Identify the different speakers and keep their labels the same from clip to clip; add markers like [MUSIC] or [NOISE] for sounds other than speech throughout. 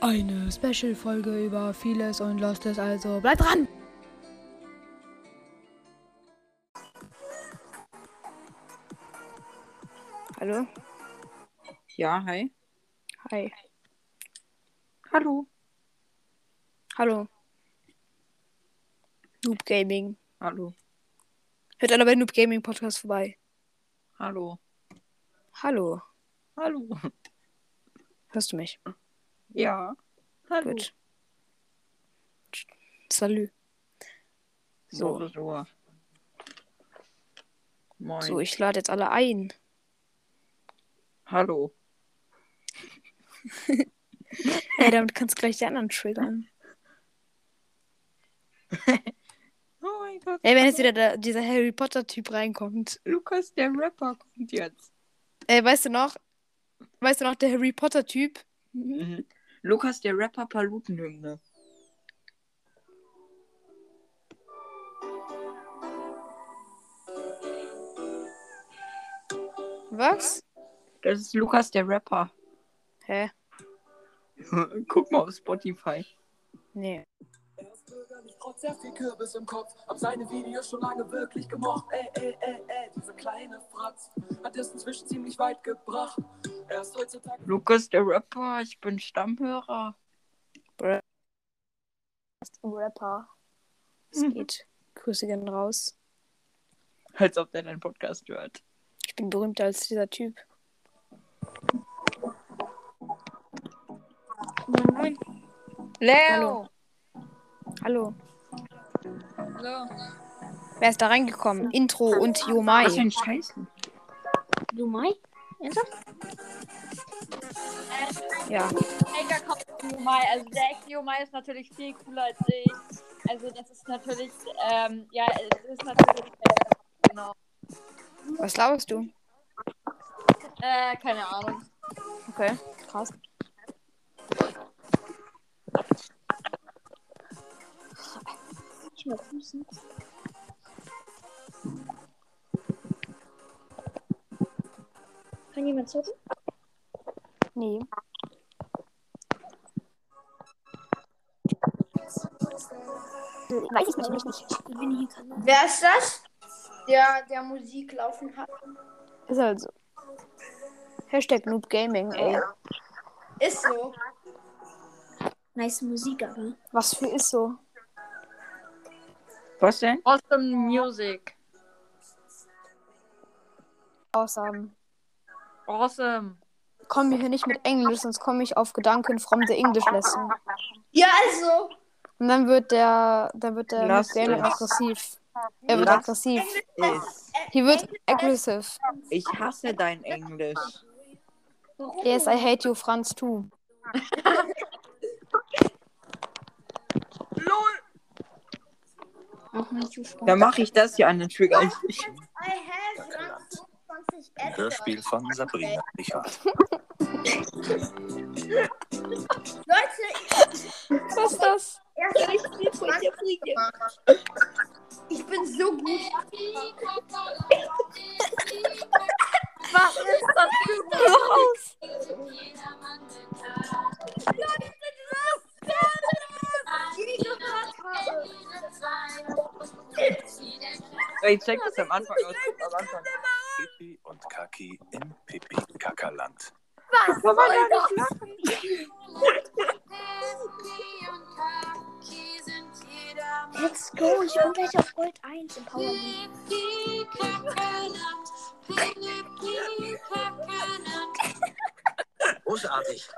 Speaker 1: Eine Special-Folge über vieles und Lostes, also bleibt dran!
Speaker 2: Hallo?
Speaker 3: Ja, hi.
Speaker 2: Hi.
Speaker 3: Hallo.
Speaker 2: Hallo. Noob Gaming.
Speaker 3: Hallo.
Speaker 2: Hört alle bei Noob Gaming Podcast vorbei.
Speaker 3: Hallo.
Speaker 2: Hallo.
Speaker 3: Hallo.
Speaker 2: Hörst du mich?
Speaker 3: Ja. Hallo.
Speaker 2: Gut. Salü. So.
Speaker 3: So, so. Moin.
Speaker 2: So, ich lade jetzt alle
Speaker 3: [LAUGHS]
Speaker 2: ein.
Speaker 3: Hallo.
Speaker 2: Ey, damit kannst du gleich die anderen triggern.
Speaker 3: Oh mein Gott.
Speaker 2: Ey, wenn jetzt wieder der, dieser Harry Potter Typ reinkommt.
Speaker 3: Lukas, der Rapper, kommt jetzt.
Speaker 2: Ey, weißt du noch? Weißt du noch, der Harry Potter Typ?
Speaker 3: Mhm. Lukas, der Rapper, Palutenhymne.
Speaker 2: Was?
Speaker 3: Das ist Lukas, der Rapper.
Speaker 2: Hä?
Speaker 3: [LAUGHS] Guck mal auf Spotify.
Speaker 2: Nee.
Speaker 4: Er ist bürgerlich, trotz sehr viel Kürbis im Kopf. Hab seine Videos schon lange wirklich gemocht. Ey, ey, ey, ey, diese kleine Fratz hat es inzwischen ziemlich weit gebracht. Er ist heutzutage.
Speaker 3: Lukas, der Rapper, ich bin Stammhörer.
Speaker 2: Rapper. Es
Speaker 3: Mhm.
Speaker 2: geht. Grüße gehen raus.
Speaker 3: Als ob der deinen Podcast hört.
Speaker 2: Ich bin berühmter als dieser Typ.
Speaker 5: Leo!
Speaker 2: Hallo.
Speaker 5: Hallo.
Speaker 2: Wer ist da reingekommen? Intro und
Speaker 3: Was für
Speaker 2: Yomai.
Speaker 3: ein Scheißen.
Speaker 5: Du Mai?
Speaker 2: Ja.
Speaker 5: Mega kommt Jo Mai. Also der echte Jo Mai ist natürlich viel cooler als ich. Also das ist natürlich, ähm, ja, es ist natürlich, äh, genau.
Speaker 2: Was laberst du?
Speaker 5: Äh, keine Ahnung.
Speaker 2: Okay. Krass.
Speaker 6: Kann jemand zocken?
Speaker 2: Nee.
Speaker 6: Weiß ich natürlich nicht. Ich bin hier gerade.
Speaker 7: Wer ist das? Der, der Musik laufen hat.
Speaker 2: Ist halt so. Hashtag Noob Gaming, ey.
Speaker 7: Ist so.
Speaker 6: Nice Musik, aber.
Speaker 2: Was für ist so?
Speaker 3: Was denn?
Speaker 5: Awesome Music.
Speaker 2: Awesome.
Speaker 5: Awesome.
Speaker 2: Komm mir hier nicht mit Englisch, sonst komme ich auf Gedanken from the English Lesson.
Speaker 7: Ja, ist so.
Speaker 2: Und dann wird der, dann wird der
Speaker 3: Lass
Speaker 2: Noob Gaming
Speaker 3: es.
Speaker 2: aggressiv. Er wird
Speaker 3: Lass
Speaker 2: aggressiv.
Speaker 3: Ist.
Speaker 2: He wird aggressive.
Speaker 3: Ich hasse dein Englisch.
Speaker 2: Yes, I hate you, Franz, too.
Speaker 3: Dann mache ich das hier an, dann trigger ich dich.
Speaker 7: I have 20 Äpfel.
Speaker 8: Hörspiel von Sabrina Richard.
Speaker 7: Leute,
Speaker 2: Was ist das?
Speaker 7: erst ich bin gemacht. Ich bin so gut.
Speaker 5: Was ist das für ein
Speaker 2: Raus!
Speaker 3: Ich check das am Anfang aus. Am Anfang.
Speaker 8: Pipi und Kaki im Pipi-Kackerland.
Speaker 6: Let's go. Ich bin gleich auf Gold 1 im Power League.
Speaker 9: Großartig.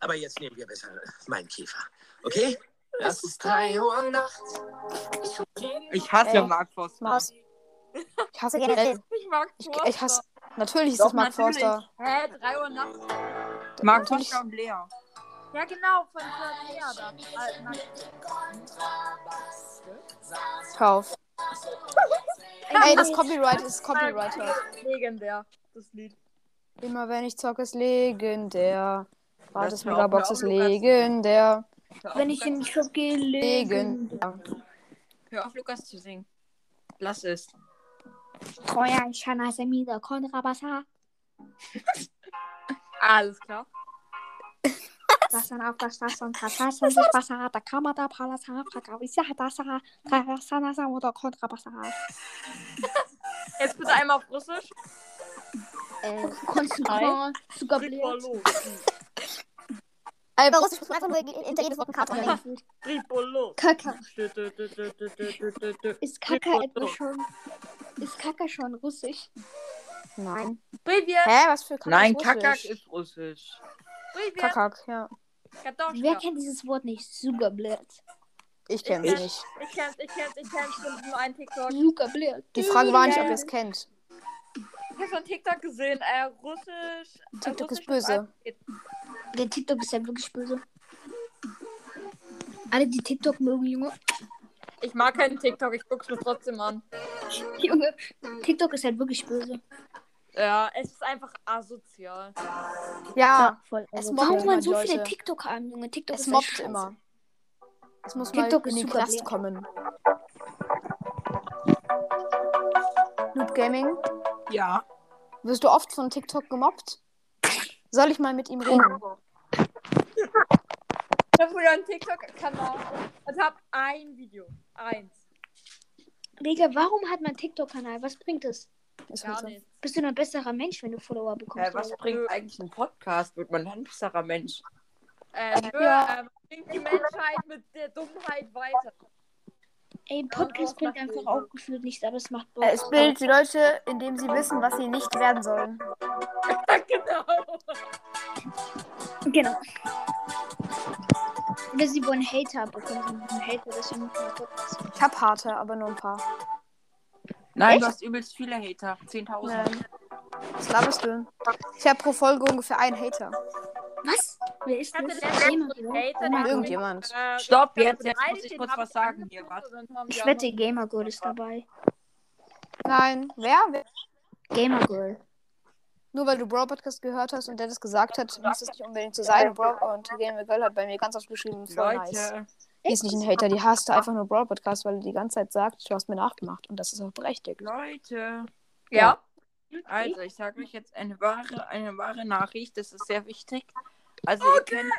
Speaker 9: Aber jetzt nehmen wir besser meinen Kiefer. Okay? Das ist 3 Uhr nachts.
Speaker 3: Ich hasse
Speaker 2: Ey.
Speaker 3: Mark Forster.
Speaker 2: Mars. Ich hasse generell.
Speaker 5: Ich mag
Speaker 2: Ich,
Speaker 5: Forster.
Speaker 2: ich hasse. Natürlich ist
Speaker 3: Doch,
Speaker 2: das Mark
Speaker 3: natürlich.
Speaker 2: Forster.
Speaker 5: Hä, 3 Uhr nachts.
Speaker 3: Mark
Speaker 2: Natürlich.
Speaker 3: Forster und Lea.
Speaker 5: Ja, genau, von Flavia dann. Äh, na,
Speaker 2: Kauf. Ey, das Copyright ist Copyright.
Speaker 5: Legendär, das Lied.
Speaker 2: Immer wenn ich zocke, ist legendär.
Speaker 3: Lass
Speaker 2: Gratis
Speaker 3: mir auch genau
Speaker 2: Megabox
Speaker 3: mal
Speaker 2: ist
Speaker 3: auf, Lukas.
Speaker 2: legendär.
Speaker 6: Wenn ich in den Shop gehe,
Speaker 2: Legendär.
Speaker 6: legen.
Speaker 3: Hör auf, Lukas zu singen. Lass es.
Speaker 6: Treuer, ich kann als Emida Kontrabassa.
Speaker 5: Alles klar.
Speaker 6: Krasan auf der Straße und Krasan ist Wasser, da kann man da Palasa, Prakavisa hat das, Krasanasa oder Kontrabasa.
Speaker 5: Jetzt bitte einmal auf Russisch.
Speaker 2: Äh, Konzentrieren. Zugabliert.
Speaker 5: Tripolo.
Speaker 2: Äh, russisch einfach nur hinter jedes Wort ein Kater eingefügt.
Speaker 5: Tripolo.
Speaker 6: Kaka.
Speaker 5: Dö, dö, dö, dö, dö, dö, dö, dö.
Speaker 6: Ist Kaka etwa schon. Ist Kaka schon russisch?
Speaker 2: Nein.
Speaker 5: Привет.
Speaker 2: Hä, was für Kater?
Speaker 3: Nein,
Speaker 2: ist
Speaker 3: Kakak
Speaker 2: Russisch?
Speaker 3: ist russisch.
Speaker 5: Привет.
Speaker 2: Kakak, ja.
Speaker 6: Wer
Speaker 5: Kartoschka.
Speaker 6: kennt dieses Wort nicht? Zugabliert.
Speaker 2: Ich kenn's
Speaker 5: Ich-
Speaker 2: nicht.
Speaker 5: Ich kenn's, ich kenn's, ich kenn's schon nur einen TikTok.
Speaker 6: Zugabliert.
Speaker 2: Die Frage war nicht, ob ihr es kennt.
Speaker 5: Ich hab so einen TikTok gesehen. Äh, Russisch. äh,
Speaker 2: TikTok
Speaker 5: Russisch
Speaker 2: ist böse.
Speaker 5: Alphabet.
Speaker 6: Der TikTok ist ja wirklich böse. Alle, die TikTok mögen, Junge.
Speaker 5: Ich mag keinen TikTok, ich guck's mir trotzdem an.
Speaker 6: Junge, TikTok ist halt wirklich böse.
Speaker 5: Ja, es ist einfach asozial.
Speaker 2: Ja,
Speaker 6: voll.
Speaker 2: es
Speaker 6: Also,
Speaker 2: mobbt
Speaker 6: warum
Speaker 2: immer
Speaker 6: man so
Speaker 2: Leute.
Speaker 6: viele TikToker an, Junge? TikTok
Speaker 2: es
Speaker 6: ist
Speaker 2: mobbt
Speaker 6: echt scheiße.
Speaker 2: immer. Es muss
Speaker 6: TikTok
Speaker 2: mal in
Speaker 6: ist
Speaker 2: den
Speaker 6: super
Speaker 2: Knast
Speaker 6: blöd.
Speaker 2: kommen. Noob Gaming,
Speaker 3: Ja.
Speaker 2: wirst du oft von TikTok gemobbt? Soll ich mal mit ihm reden?
Speaker 5: Ich hab wieder einen TikTok-Kanal und hab ein Video. Eins.
Speaker 6: Digga, warum hat man einen TikTok-Kanal? Was bringt es?
Speaker 2: Ist gut
Speaker 5: Gar
Speaker 2: so.
Speaker 5: nichts.
Speaker 6: Bist du ein besserer Mensch, wenn du Follower bekommst?
Speaker 3: Äh, was
Speaker 6: oder?
Speaker 3: bringt eigentlich ein Podcast? Wird man dann ein besserer Mensch?
Speaker 5: Äh, ja. ähm, bringt die Menschheit mit der Dummheit weiter. [LAUGHS]
Speaker 6: Ey, ein Podcast bringt einfach auch gefühlt nichts, aber es macht Bock.
Speaker 2: Äh, Es bildet die Leute, indem sie wissen, was sie nicht werden sollen.
Speaker 5: genau.
Speaker 6: Genau. Oder sie wollen Hater bekommen. Sie wollen Hater, deswegen machen wir Podcast.
Speaker 2: Ich hab harte, aber nur ein paar.
Speaker 3: Nein,
Speaker 6: Echt?
Speaker 3: du hast übelst viele Hater. 10.000.
Speaker 2: Nein. Was laberst du? Ich hab pro Folge ungefähr einen Hater.
Speaker 6: Was? Wer
Speaker 5: Ich
Speaker 6: ist
Speaker 5: hatte
Speaker 6: das?
Speaker 5: letztens
Speaker 6: Gamer,
Speaker 5: so einen
Speaker 6: oder?
Speaker 5: Hater,
Speaker 6: Oh
Speaker 5: der hat
Speaker 6: mein Gott.
Speaker 5: mich,
Speaker 2: Irgendjemand.
Speaker 5: äh,
Speaker 3: Stopp,
Speaker 5: ich hab
Speaker 3: jetzt, jetzt
Speaker 5: beleidigt,
Speaker 3: muss ich
Speaker 5: den
Speaker 3: kurz
Speaker 5: hab
Speaker 3: was sagen hier,
Speaker 5: angepustet und dann haben
Speaker 6: Ich
Speaker 5: wir
Speaker 6: wette, Gamergirl ist dabei.
Speaker 2: Nein. Wer? Wer?
Speaker 6: Gamergirl.
Speaker 2: Nur weil du Brawl Podcast gehört hast und der das gesagt hat, muss es nicht unbedingt so sein. Brawl und Game Girl hat bei mir ganz oft geschrieben, voll nice.
Speaker 3: Leute.
Speaker 2: Die ist nicht ein Hater, die hasst einfach nur Brawl Podcast, weil die die ganze Zeit sagt, du hast mir nachgemacht. Und das ist auch berechtigt.
Speaker 3: Leute.
Speaker 5: Ja.
Speaker 3: Also, ich sage euch jetzt eine wahre, eine wahre Nachricht. Das ist sehr wichtig. Also, ihr kennt.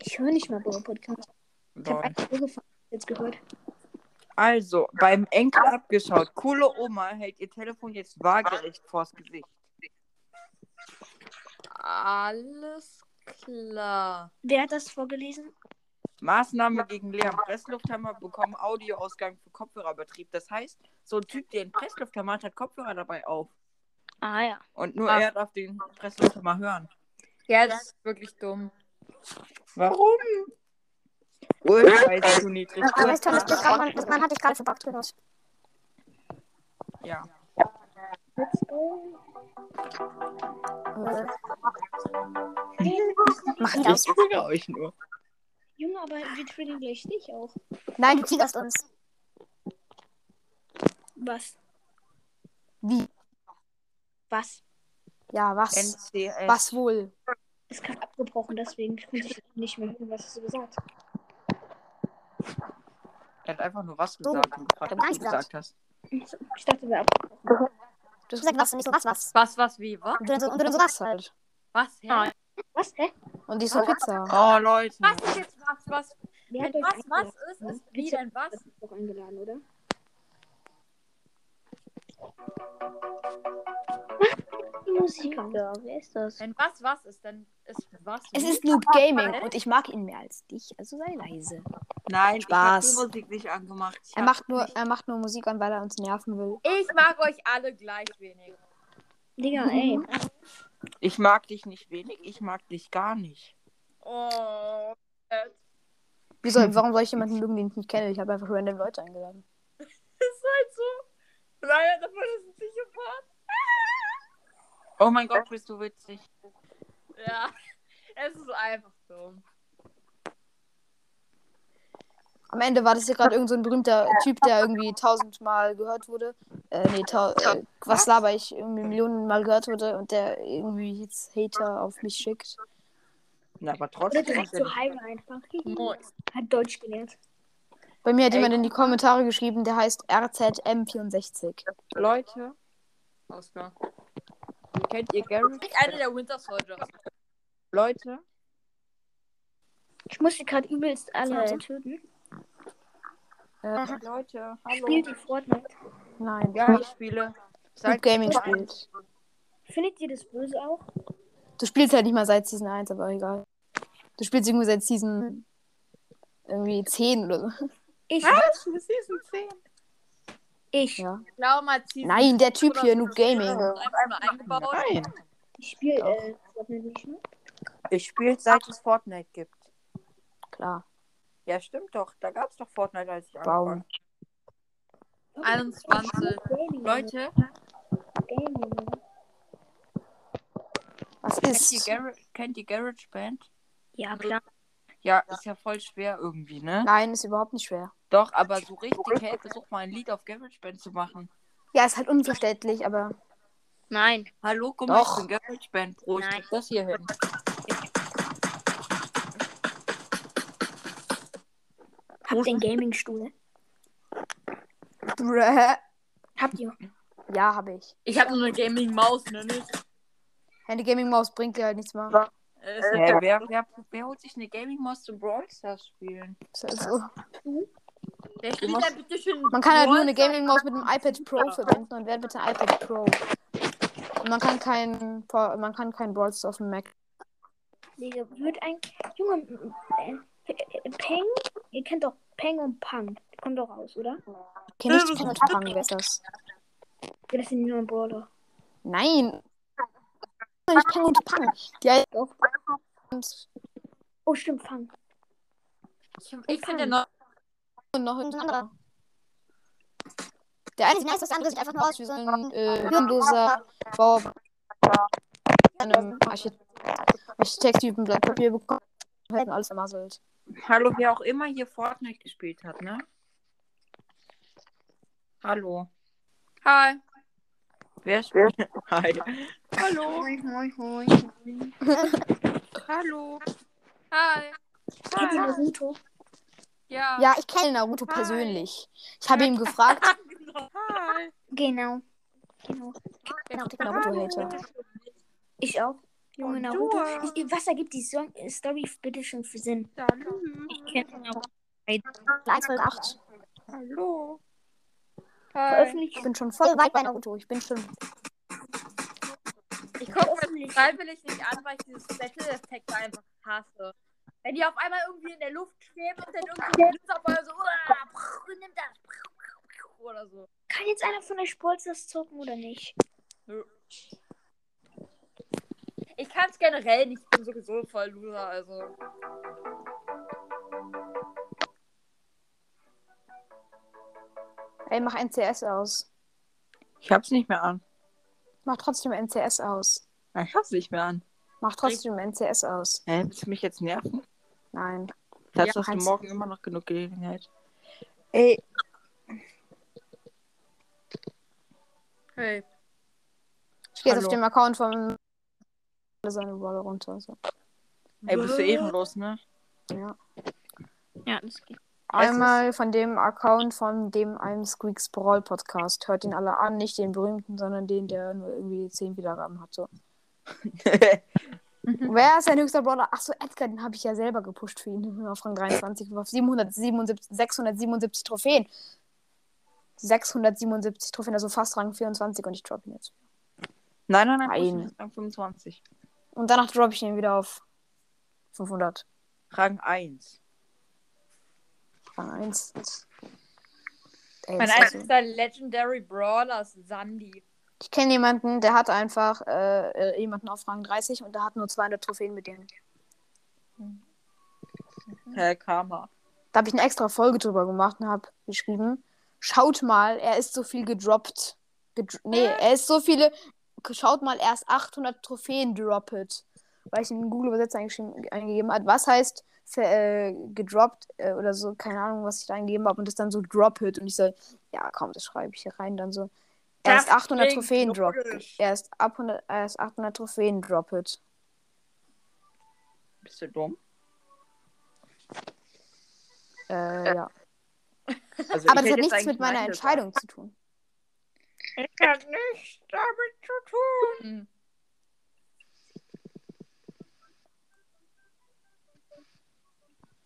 Speaker 6: Ich höre nicht mal Bauer Podcast. Ich habe
Speaker 3: Lol.
Speaker 6: eine Folge von jetzt gehört.
Speaker 3: Also, beim Enkel abgeschaut. Coole Oma hält ihr Telefon jetzt waagerecht vors Gesicht.
Speaker 5: Alles klar.
Speaker 6: Wer hat das vorgelesen?
Speaker 3: Maßnahme gegen Lärm. Presslufthammer bekommen Audioausgang für Kopfhörerbetrieb. Das heißt, so ein Typ, der einen Presslufthammer hat, hat Kopfhörer dabei auf.
Speaker 6: Ah ja.
Speaker 3: Und nur
Speaker 5: Ah.
Speaker 3: er darf den Presslufthammer hören.
Speaker 5: Ja, das ist wirklich dumm.
Speaker 3: Warum? Urteil zu niedrig.
Speaker 2: Aber ist toll, das Programm, das man hatte ich gerade verpackt gehört.
Speaker 3: Ja.
Speaker 2: Mach ihn
Speaker 3: Ich
Speaker 2: aus.
Speaker 3: füge euch nur.
Speaker 6: Junge, aber wir traden gleich dich auch.
Speaker 2: Nein, du kriegst uns.
Speaker 6: Was?
Speaker 2: Wie?
Speaker 6: Was?
Speaker 2: Ja, was?
Speaker 3: NCS.
Speaker 2: Was wohl?
Speaker 6: Es kann abgebrochen, deswegen konnte ich nicht mehr hören, was hast du gesagt hast.
Speaker 3: Er hat einfach nur was
Speaker 2: So,
Speaker 3: gesagt und gefragt,
Speaker 2: hab
Speaker 3: was
Speaker 2: ich
Speaker 3: du
Speaker 2: gar nicht
Speaker 3: gesagt hast.
Speaker 6: Ich dachte, wir abgebrochen.
Speaker 2: Du hast gesagt, was und nicht so was, was.
Speaker 5: Was, was, wie, was?
Speaker 2: Und du dann so, und du dann so was halt.
Speaker 5: Was, hä?
Speaker 6: Was? Hä?
Speaker 2: Und die ist so Pizza.
Speaker 3: Oh, Leute.
Speaker 5: Was ist jetzt was, was?
Speaker 6: Wer
Speaker 5: Wenn
Speaker 6: hat euch
Speaker 5: was, was
Speaker 6: eingeladen?
Speaker 5: ist, ist wie denn was?
Speaker 6: Das ist doch eingeladen,
Speaker 10: [LAUGHS]
Speaker 6: oder? Die Musik an. Ja, wer ist das?
Speaker 5: Wenn was, was ist, dann ist was.
Speaker 2: Es
Speaker 5: wie?
Speaker 2: ist Noob Gaming und ich mag ihn mehr als dich, also sei leise.
Speaker 3: Nein,
Speaker 2: Spaß.
Speaker 3: ich hab die Musik nicht angemacht. Ich
Speaker 2: Er
Speaker 3: hab-
Speaker 2: macht, nur, er macht nur Musik an, weil er uns nerven will.
Speaker 5: Ich mag euch alle gleich wenig.
Speaker 6: Digga,
Speaker 10: Mhm.
Speaker 6: ey.
Speaker 3: ich mag dich nicht wenig, ich mag dich gar nicht.
Speaker 5: Oh. äh,
Speaker 2: Wieso, warum soll ich jemanden mögen, den ich nicht kenne? Ich habe einfach random Leute eingeladen.
Speaker 5: Ist halt so. Naja, davon ist ein Psychopath.
Speaker 3: Oh mein Gott, bist du witzig.
Speaker 5: Ja. [LAUGHS] Es ist einfach dumm.
Speaker 2: Am Ende war das hier gerade irgend so ein berühmter Typ, der irgendwie tausendmal gehört wurde. Äh, nee, tau äh, was laber ich? Irgendwie Millionenmal gehört wurde und der irgendwie jetzt Hater auf mich schickt.
Speaker 3: Na, aber
Speaker 6: Oder
Speaker 3: trotzdem.
Speaker 6: direkt
Speaker 3: ist er-
Speaker 6: zu Heime einfach.
Speaker 2: Hm.
Speaker 5: Moin.
Speaker 6: Hat Deutsch gelernt.
Speaker 2: Bei mir hat jemand in die Kommentare geschrieben, der heißt RZM64.
Speaker 3: Leute. Oscar. Kennt ihr Gary?
Speaker 5: Nicht einer der Winter Soldiers.
Speaker 3: Leute,
Speaker 10: Ich muss sie gerade übelst alle töten.
Speaker 2: Mhm.
Speaker 3: Äh, Leute, hallo.
Speaker 10: Spielt ihr Fortnite?
Speaker 2: Nein.
Speaker 3: Ja, ich spiele.
Speaker 2: Seit
Speaker 3: Seit
Speaker 2: Gaming spielt.
Speaker 10: Findet ihr das böse auch?
Speaker 2: Du spielst halt nicht mal seit Season 1, aber egal. Du spielst irgendwie seit Season irgendwie 10 oder so.
Speaker 10: Ich.
Speaker 3: Was? Das ist Season 10.
Speaker 10: Ich.
Speaker 2: Ja.
Speaker 5: Glaube mal, Season
Speaker 2: Nein, der Typ hier, Noob Gaming.
Speaker 5: einfach mal eingebaut.
Speaker 3: Nein.
Speaker 10: Ich spiele äh, Fortnite nicht
Speaker 6: ne?
Speaker 10: mehr.
Speaker 3: Ich spiele seit es Fortnite gibt.
Speaker 2: Klar.
Speaker 3: Ja, stimmt doch. Da gab es doch Fortnite, als ich
Speaker 2: Wow.
Speaker 3: angefangen
Speaker 5: 21.
Speaker 10: Gaming,
Speaker 3: Leute,
Speaker 6: ne?
Speaker 10: Gaming.
Speaker 2: Was
Speaker 3: kennt ihr,
Speaker 2: ist?
Speaker 3: Gar kennt ihr Garage Band?
Speaker 5: Also,
Speaker 10: Ja, klar.
Speaker 3: Ja, ist ja voll schwer irgendwie, ne?
Speaker 2: Nein, ist überhaupt nicht schwer.
Speaker 3: Doch, aber so richtig, hey, versuch mal ein Lied auf Garage Band zu machen.
Speaker 2: Ja, ist halt unverständlich, aber
Speaker 10: Nein.
Speaker 3: Hallo, guck mal, ich
Speaker 2: Doch.
Speaker 3: bin Garage Band. Pro, ich
Speaker 10: Nein.
Speaker 3: krieg das hier hin.
Speaker 10: Habt ihr einen Gaming-Stuhl?
Speaker 2: Brä.
Speaker 10: Habt ihr?
Speaker 2: Ja, habe ich.
Speaker 5: Ich habe nur eine Gaming-Maus, ne? Nicht.
Speaker 2: Handy Gaming Maus bringt dir halt nichts mehr.
Speaker 5: Äh,
Speaker 3: Äh,
Speaker 5: ist-
Speaker 3: wer, wer, wer holt sich eine Gaming Maus zum Brawl Stars spielen?
Speaker 2: Ist halt so.
Speaker 5: Der spielt da bitte schön.
Speaker 2: Man kann halt nur eine Gaming Maus mit einem iPad Pro verbinden und wer hat bitte ein iPad Pro? Und man kann kein man kann kein Brawl Stars auf dem Mac.
Speaker 10: Digga, wird ein. Junge, äh, äh, Peng? Ihr kennt doch Peng und Pang. Die kommen doch raus, oder?
Speaker 2: Kenn ich kann nicht fangen, wer ist das?
Speaker 10: Ja, Das sind die neuen Brawler.
Speaker 2: Nein. Ich kann und Pang. Die heißt
Speaker 10: Doch.
Speaker 2: und
Speaker 10: Oh, stimmt, Pang.
Speaker 5: Ich finde den noch.
Speaker 2: noch irgendein anderer. Der eine sieht nice, das andere sieht einfach nur aus wie so ein äh, hirnloser Bauer. An einem Architekt- Architekttypen Blatt Papier bekommen. Hätten alles vermasselt.
Speaker 3: Hallo, wer auch immer hier Fortnite gespielt hat, ne? Hallo. Hi. Wer spielt? [LAUGHS] Hi. Hallo.
Speaker 2: [LAUGHS]
Speaker 3: Hallo.
Speaker 5: Hi.
Speaker 10: Kennt ihr Naruto?
Speaker 3: Ja.
Speaker 2: Ja, ich kenne Naruto persönlich. Ich habe ihm gefragt.
Speaker 3: Hi.
Speaker 10: Genau. Genau.
Speaker 2: Ich bin auch dicker Naruto-Hater.
Speaker 10: Ich auch. Junge,
Speaker 3: Und
Speaker 10: Naruto.
Speaker 3: du?
Speaker 10: Ich, was ergibt die Song äh, Story bitte schon für Sinn?
Speaker 3: Hallo.
Speaker 10: Ich kenne Naruto.
Speaker 2: 1,8.
Speaker 3: Hallo.
Speaker 2: Ich bin schon voll weit bei Naruto. Ich bin schon.
Speaker 5: Ich gucke mir das freiwillig nicht an, weil ich dieses Battle-Effekt einfach hasse. Wenn die auf einmal irgendwie in der Luft schweben und dann irgendwie ein Blitzabfall so, uah, prr, nimm das. prr, prr, prr, Oder so.
Speaker 10: Kann jetzt einer von euch Spolsters zocken oder nicht?
Speaker 5: Ich kann es generell nicht. Ich bin sowieso voll Loser, also.
Speaker 2: Ey, mach NCS aus.
Speaker 3: Ich hab's nicht mehr an.
Speaker 2: Mach trotzdem NCS aus.
Speaker 3: Ich hab's nicht mehr an.
Speaker 2: Mach trotzdem NCS aus.
Speaker 3: Hä, willst du mich jetzt nerven?
Speaker 2: Nein.
Speaker 3: Dazu
Speaker 2: Ja,
Speaker 3: hast du
Speaker 2: kannst-
Speaker 3: morgen immer noch genug Gelegenheit.
Speaker 2: Ey,
Speaker 5: Hey.
Speaker 2: ich gehe jetzt
Speaker 3: hallo.
Speaker 2: auf dem Account von seine Rolle runter. So.
Speaker 3: Ey, bist du ehrenlos, ne? [LAUGHS]
Speaker 2: Ja.
Speaker 10: Ja, das geht.
Speaker 2: Einmal von dem Account von dem einem Squeaks Brawl Podcast. Hört ihn alle an, nicht den berühmten, sondern den, der nur irgendwie 10 Wiedergaben hat. So. Wer ist dein höchster Brawler? Achso, Edgar, den habe ich ja selber gepusht für ihn. Auf Rang 23, auf 777, 677 Trophäen. 677 Trophäen, also fast Rang 24 und ich drop ihn jetzt.
Speaker 3: nein, nein, nein.
Speaker 2: Nein.
Speaker 3: Rang 25.
Speaker 2: Und danach drop ich ihn wieder auf 500.
Speaker 3: Rang 1.
Speaker 2: Rang 1. Ey,
Speaker 5: Mein
Speaker 2: das ist so.
Speaker 5: einziger Legendary Brawler ist Sandy.
Speaker 2: Ich kenne jemanden, der hat einfach äh, äh, jemanden auf Rang 30 und der hat nur 200 Trophäen mit dem. Hm.
Speaker 3: Herr Karma.
Speaker 2: Da habe ich eine extra Folge drüber gemacht und habe geschrieben, schaut mal, er ist so viel gedroppt. Gedr nee, er ist so viele, schaut mal, er ist 800 Trophäen droppet. Weil ich in Google Übersetzer eingeschrieben- eingegeben hat, was heißt ver- äh, gedroppt äh, oder so, keine Ahnung, was ich da eingegeben habe und das dann so droppet und ich so, ja komm, das schreibe ich hier rein, dann so. Er
Speaker 5: Das
Speaker 2: ist 800
Speaker 5: klingt
Speaker 2: Trophäen droppet.
Speaker 5: logisch.
Speaker 2: Er ist, ab 100, er ist 800 Trophäen droppet.
Speaker 3: Bist du dumm?
Speaker 2: Äh, ja.
Speaker 3: Also,
Speaker 2: Aber das
Speaker 3: ich
Speaker 2: hat
Speaker 3: hätte jetzt
Speaker 2: nichts
Speaker 3: eigentlich
Speaker 2: mit meiner
Speaker 3: Nein gesagt.
Speaker 2: Entscheidung zu tun.
Speaker 3: Ich hab nichts damit zu tun.
Speaker 5: Hm.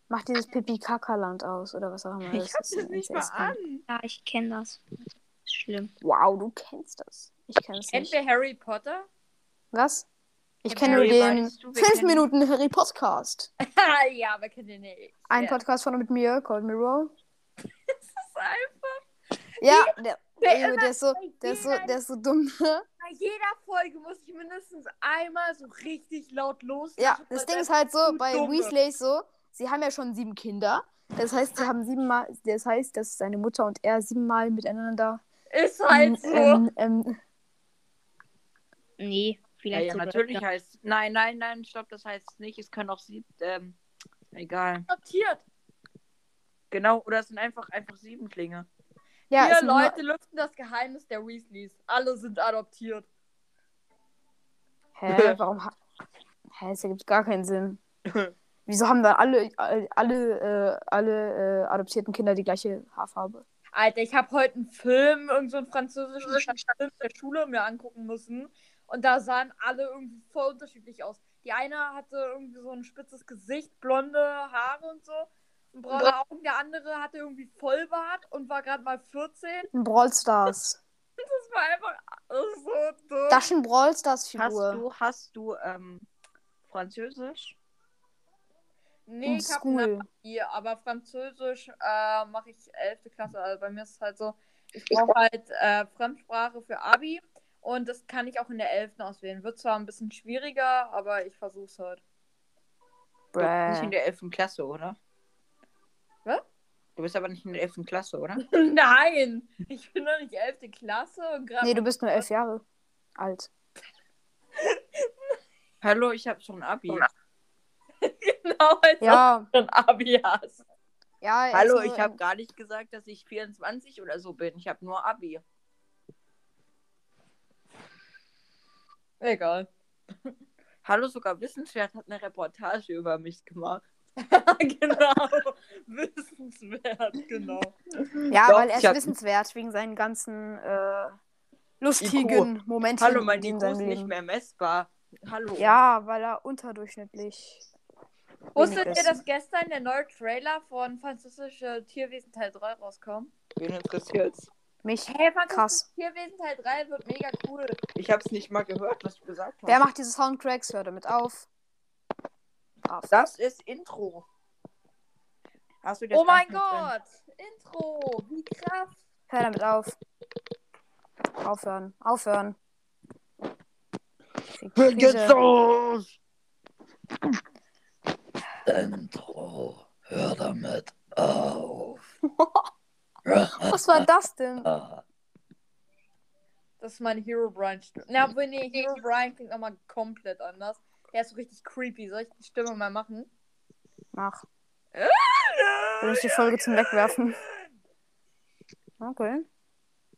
Speaker 2: macht dieses pipi kaka land aus oder was auch immer.
Speaker 3: Ich hab
Speaker 2: ist
Speaker 3: das
Speaker 2: ein
Speaker 3: nicht mal
Speaker 2: NCS-Land.
Speaker 3: an.
Speaker 10: Ja, ich kenne das. Ist schlimm.
Speaker 2: Wow, du kennst das. Ich kenn das
Speaker 5: Kennt
Speaker 2: nicht.
Speaker 5: ihr Harry Potter?
Speaker 2: Was? Ich
Speaker 3: Ja,
Speaker 2: kenne nur
Speaker 3: Harry,
Speaker 2: den
Speaker 3: weißt du, wir
Speaker 2: 5
Speaker 3: kennen-
Speaker 2: Minuten Harry Podcast.
Speaker 5: Ah, [LAUGHS] ja, aber kennt ihr nicht.
Speaker 2: Ein
Speaker 5: ja.
Speaker 2: Podcast von und mit mir, Cold Mirror.
Speaker 5: Das ist einfach.
Speaker 2: Ja, der,
Speaker 5: der
Speaker 2: Junge, der, ist so, der, ist so, der ist so dumm. [LAUGHS]
Speaker 5: Bei jeder Folge muss ich mindestens einmal so richtig laut los. [LAUGHS]
Speaker 2: Ja, das Ding ist halt so,
Speaker 5: du
Speaker 2: bei
Speaker 5: Dumme.
Speaker 2: Weasleys so, sie haben ja schon sieben Kinder. Das heißt, sie haben siebenmal, das heißt, dass seine Mutter und er siebenmal miteinander
Speaker 5: Ist halt so.
Speaker 2: ähm, ähm,
Speaker 10: Nee,
Speaker 3: Ja,
Speaker 10: vielleicht
Speaker 3: ja,
Speaker 10: sogar.
Speaker 3: natürlich heißt. Nein, nein, nein, stopp, das heißt nicht. Es können auch sieben. Ähm, egal.
Speaker 5: Adoptiert.
Speaker 3: Genau, oder es sind einfach, einfach Siebenklinge.
Speaker 2: ja,
Speaker 5: Vier
Speaker 2: ist nur-
Speaker 5: Leute lüften das Geheimnis der Weasleys. Alle sind adoptiert.
Speaker 2: Hä, warum ha Hä, das ergibt gar keinen Sinn. Wieso haben dann alle, all- alle, äh, alle äh, adoptierten Kinder die gleiche Haarfarbe?
Speaker 5: Alter, ich habe heute einen Film, irgendeinen so einen französischen Film der Schule mir angucken müssen. Und da sahen alle irgendwie voll unterschiedlich aus. Die eine hatte irgendwie so ein spitzes Gesicht, blonde Haare und so. Und braune Augen. Der andere hatte irgendwie Vollbart und war gerade mal 14.
Speaker 2: Ein Brawl Stars.
Speaker 5: Das war einfach so dumm.
Speaker 2: Das ist ein Brawl Stars
Speaker 3: Hast
Speaker 2: Figur.
Speaker 3: du, hast du, ähm, Französisch?
Speaker 5: Nee, ich habe
Speaker 2: School.
Speaker 5: Navi, aber Französisch äh, mache ich 11. Klasse. Also bei mir ist es halt so, ich brauche halt äh, Fremdsprache für Abi und das kann ich auch in der 11. auswählen. Wird zwar ein bisschen schwieriger, aber ich versuche es
Speaker 2: [LAUGHS]
Speaker 5: halt.
Speaker 3: Du bist nicht in
Speaker 2: Bäh.
Speaker 3: der 11. Klasse, oder?
Speaker 5: Was?
Speaker 3: Du bist aber nicht in der 11. Klasse,
Speaker 2: [LAUGHS]
Speaker 3: oder?
Speaker 5: Nein, ich bin noch nicht 11. Klasse und gerade
Speaker 2: Nee, du bist nur elf Jahre alt.
Speaker 3: Hallo, ich habe schon Abi.
Speaker 5: [LAUGHS] genau als ob
Speaker 2: Ja,
Speaker 5: du ein Abi hast.
Speaker 2: ja. er ist
Speaker 3: Hallo,
Speaker 2: nur
Speaker 3: ich
Speaker 2: in-
Speaker 3: habe gar nicht gesagt, dass ich 24 oder so bin. Ich habe nur Abi.
Speaker 2: [LAUGHS]
Speaker 5: Egal. [LAUGHS]
Speaker 3: Hallo, sogar Wissenswert hat eine Reportage über mich gemacht.
Speaker 5: genau. Wissenswert, genau.
Speaker 2: Ja,
Speaker 3: Doch,
Speaker 2: weil er
Speaker 3: ich
Speaker 2: ist
Speaker 3: hab-
Speaker 2: wissenswert wegen seinen ganzen äh, lustigen Momenten
Speaker 3: Hallo, mein
Speaker 2: in
Speaker 3: Nico
Speaker 2: seinem
Speaker 3: ist
Speaker 2: Leben.
Speaker 3: nicht mehr messbar. Hallo.
Speaker 2: Ja, weil er unterdurchschnittlich.
Speaker 5: Wusstet ihr,
Speaker 2: Essen.
Speaker 5: dass gestern der neue Trailer von Französische Tierwesen Teil 3 rauskommt?
Speaker 3: Wen interessiert's?
Speaker 2: Mich.
Speaker 5: Hey, Frank,
Speaker 2: Krass.
Speaker 5: Tierwesen Teil 3 halt wird mega cool.
Speaker 3: Ich hab's nicht mal gehört, was du gesagt hast.
Speaker 2: Wer macht diese Soundtracks? Hör damit auf. auf.
Speaker 3: das ist Intro. Hast du das
Speaker 5: oh mein
Speaker 3: ganz mit drin?
Speaker 5: Gott! Intro! Wie krass!
Speaker 2: Hör damit auf. Aufhören. Aufhören. Ich krieg Krise.
Speaker 3: los!
Speaker 8: Intro, hör damit auf.
Speaker 2: Was war das denn?
Speaker 5: Das ist meine Hero Brian Stimme. Na, obwohl, nee, Hero Brian klingt nochmal komplett anders. Der ist so richtig creepy. Soll ich die Stimme mal machen?
Speaker 2: Mach.
Speaker 5: Ah,
Speaker 2: Will ich die Folge zum Wegwerfen? Ah, Okay.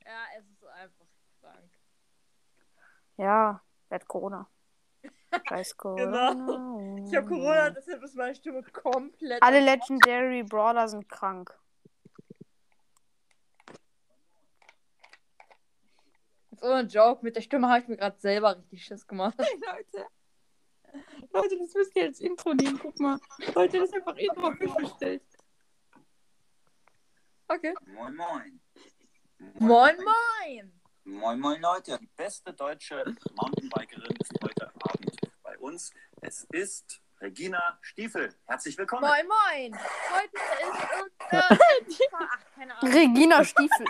Speaker 5: Ja, es ist einfach krank.
Speaker 2: Ja, wer hat Corona?
Speaker 5: [LAUGHS]
Speaker 2: Scheiß Corona.
Speaker 5: Genau. Ich habe Corona, deshalb ist meine Stimme komplett.
Speaker 2: Alle Legendary Brawler sind krank.
Speaker 5: so ein Joke. Mit der Stimme habe ich mir gerade selber richtig Schiss gemacht. [LAUGHS]
Speaker 3: Leute. Leute, das müsst ihr als Intro nehmen. Guck mal. Leute, das ist einfach Intro bestellt.
Speaker 5: Okay.
Speaker 8: Moin, moin.
Speaker 5: Moin, moin!
Speaker 8: Moin, moin, Leute. Die beste deutsche Mountainbikerin ist heute Abend bei uns. Es ist Regina Stiefel. Herzlich willkommen.
Speaker 5: Moin, moin! Heute ist irgendeine. Ach, keine Ahnung.
Speaker 2: Regina Stiefel.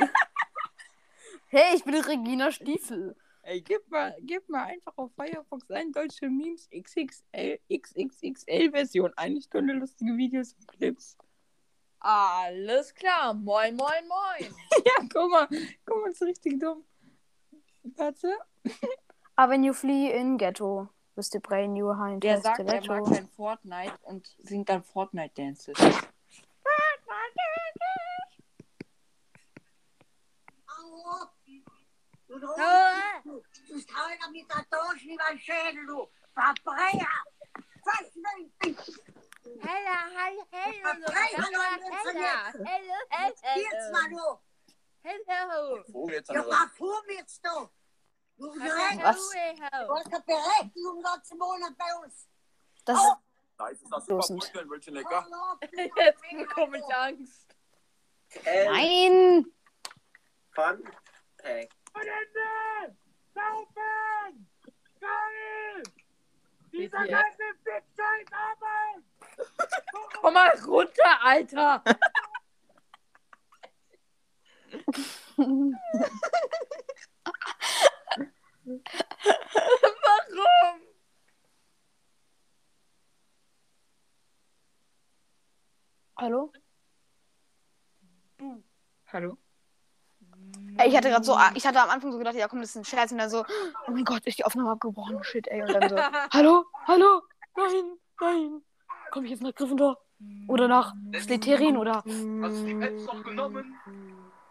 Speaker 2: hey, ich bin Regina Stiefel.
Speaker 3: Ey, gib mal, gib mal einfach auf Firefox ein deutsche Memes XXL, XXXL Version. Eine Stunde lustige Videos und Clips. [LAUGHS]
Speaker 5: Alles klar. Moin, moin, moin.
Speaker 3: Ja, guck mal. Guck mal, das ist richtig dumm. Warte.
Speaker 2: Aber wenn you flee in Ghetto, bist du brain new hind
Speaker 3: Der
Speaker 2: hast
Speaker 3: sagt, er
Speaker 2: Ghetto.
Speaker 3: mag sein Fortnite und singt dann Fortnite-Dances.
Speaker 5: Hella, hella, hella. Hella, hella, hella. Hello.
Speaker 8: Oh, jetzt haben wir-
Speaker 2: Was?
Speaker 5: [LAUGHS] Hello.
Speaker 2: Das,
Speaker 8: Da ist es das
Speaker 2: Stoßend.
Speaker 8: Superbrücke in München lecker.
Speaker 5: Jetzt bekomme ich Angst.
Speaker 2: Nein!
Speaker 8: Fun Pack.
Speaker 5: Dieser ganze Komm mal runter, Alter! Warum?
Speaker 2: Hallo?
Speaker 3: Hallo?
Speaker 2: Ey, ich hatte gerade so, ich hatte am Anfang so gedacht, ja komm, das ist ein Scherz. Und dann so, oh mein Gott, ist die Aufnahme abgebrochen? Shit, ey. Und dann so, hallo, hallo, nein, nein. Komm ich jetzt nach Gryffindor? Oder nach Slytherin? Oder
Speaker 9: Hast du die Pets noch genommen?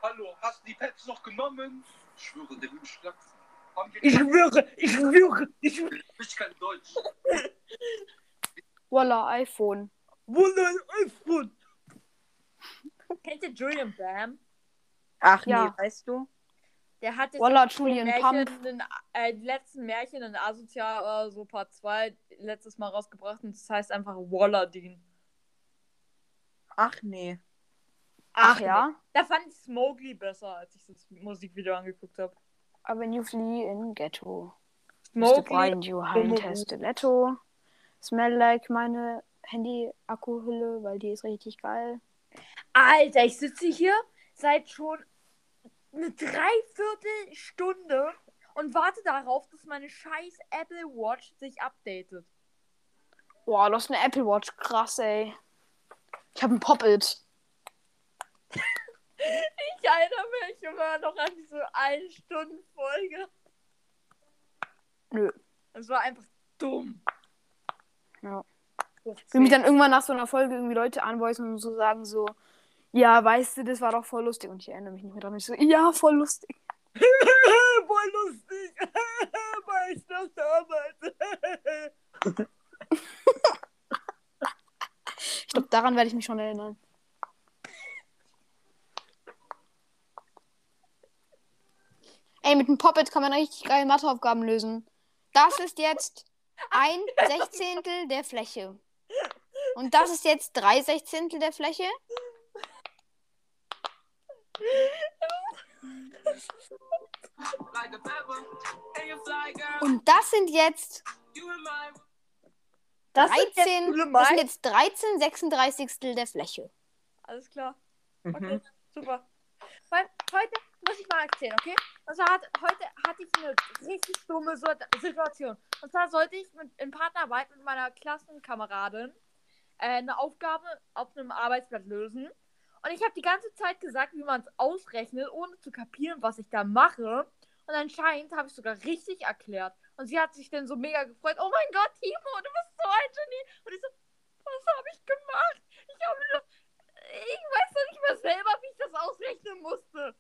Speaker 9: Hallo, hast du die Pets noch genommen? Ich schwöre, der Hühn schlagt. Haben wir
Speaker 5: Ich schwöre, ich schwöre, ich schwöre.
Speaker 9: Ich kann Deutsch.
Speaker 2: Voila, iPhone.
Speaker 5: Wunder ein iPhone. Kennt ihr Julian Bam?
Speaker 3: Ach
Speaker 2: Ja.
Speaker 3: nee, weißt du?
Speaker 5: Der hat jetzt
Speaker 2: Voila,
Speaker 5: die
Speaker 2: Julian
Speaker 5: Märchen,
Speaker 2: Pump.
Speaker 5: in, äh, die letzten Märchen in Asozial, äh, so Part 2, letztes Mal rausgebracht und das heißt einfach Walladin.
Speaker 3: Ach nee.
Speaker 2: Ach ja,
Speaker 5: Da fand ich Smogli besser, als ich das Musikvideo angeguckt habe.
Speaker 2: aber you flee in Ghetto. Mr.
Speaker 5: Smogli,
Speaker 2: Brian, you high
Speaker 5: Smokey.
Speaker 2: Testinetto. Smell like meine Handy-Akkuhülle, weil die ist richtig geil.
Speaker 5: Alter, ich sitze hier seit schon eine Dreiviertelstunde und warte darauf, dass meine scheiß Apple Watch sich updatet.
Speaker 2: Boah, du hast eine Apple Watch, krass, ey. Ich habe ein Pop-It.
Speaker 5: Ich erinnere mich immer noch an diese Ein-Stunden-Folge.
Speaker 2: Nö.
Speaker 5: Es war einfach dumm.
Speaker 2: Ja. Wie mich
Speaker 5: Wie
Speaker 2: dann irgendwann nach so einer Folge irgendwie Leute anweisen und so sagen so, ja, weißt du, das war doch voll lustig. Und ich erinnere mich nicht mehr dran. Ich so, ja, voll lustig.
Speaker 5: Voll lustig. [LAUGHS] Weiß das damals.
Speaker 2: Ich glaube, daran werde ich mich schon erinnern. Ey, mit dem Pop-It kann man richtig geile Matheaufgaben lösen. Das ist jetzt ein Sechzehntel der Fläche. Und das ist jetzt drei Sechzehntel der Fläche.
Speaker 9: Like a pepper, and you fly, girl.
Speaker 2: Und das sind jetzt
Speaker 9: You remind
Speaker 5: Das
Speaker 2: 13, das sind jetzt 13 36 der Fläche.
Speaker 5: Alles klar.
Speaker 3: Mhm.
Speaker 5: Okay, super. Weil heute muss ich mal erzählen, okay? Also hat, heute hatte ich eine richtig dumme So- Situation. Und zwar sollte ich mit, in Partnerarbeit mit meiner Klassenkameradin äh, eine Aufgabe auf einem Arbeitsblatt lösen. Und ich habe die ganze Zeit gesagt, wie man es ausrechnet, ohne zu kapieren, was ich da mache. Und anscheinend habe ich sogar richtig erklärt. Und sie hat sich dann so mega gefreut. Oh mein Gott, Timo, du bist so ein Genie. Und ich so, was habe ich gemacht? Ich habe nur ich weiß doch nicht mehr selber, wie ich das ausrechnen musste.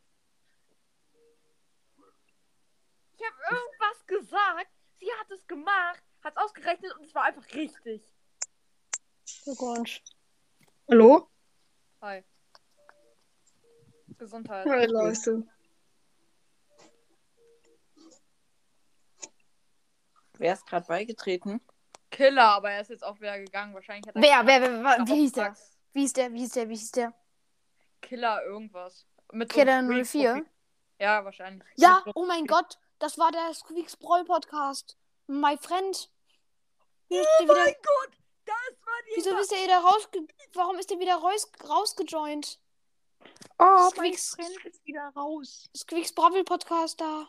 Speaker 5: Ich habe irgendwas gesagt, sie hat es gemacht, hat es ausgerechnet und es war einfach richtig.
Speaker 2: Glückwunsch.
Speaker 11: Hallo?
Speaker 5: Hi. Gesundheit.
Speaker 11: Hi, Leute.
Speaker 3: Wer ist gerade beigetreten?
Speaker 5: Killer, aber er ist jetzt auch wieder gegangen. Wahrscheinlich hat er
Speaker 2: Wer, wer, wer,
Speaker 5: Darauf
Speaker 2: wer wie hieß der?
Speaker 5: sagst,
Speaker 2: Wie hieß der, wie hieß der, wie hieß der?
Speaker 5: Killer irgendwas. Mit so einem
Speaker 2: Killer
Speaker 5: Freak-
Speaker 2: 04?
Speaker 5: Ja, wahrscheinlich.
Speaker 2: Ja,
Speaker 5: Mit so-
Speaker 2: oh mein Gott, das war der Squeaks Brawl Podcast. My friend. Wie ist der wieder,
Speaker 5: Gott, das war die.
Speaker 2: wieso ist der wieder rausge... Warum ist der wieder raus, rausgejoint?
Speaker 6: Oh,
Speaker 2: Squeaks,
Speaker 6: ist wieder raus.
Speaker 2: Squeaks Brawl Podcast da.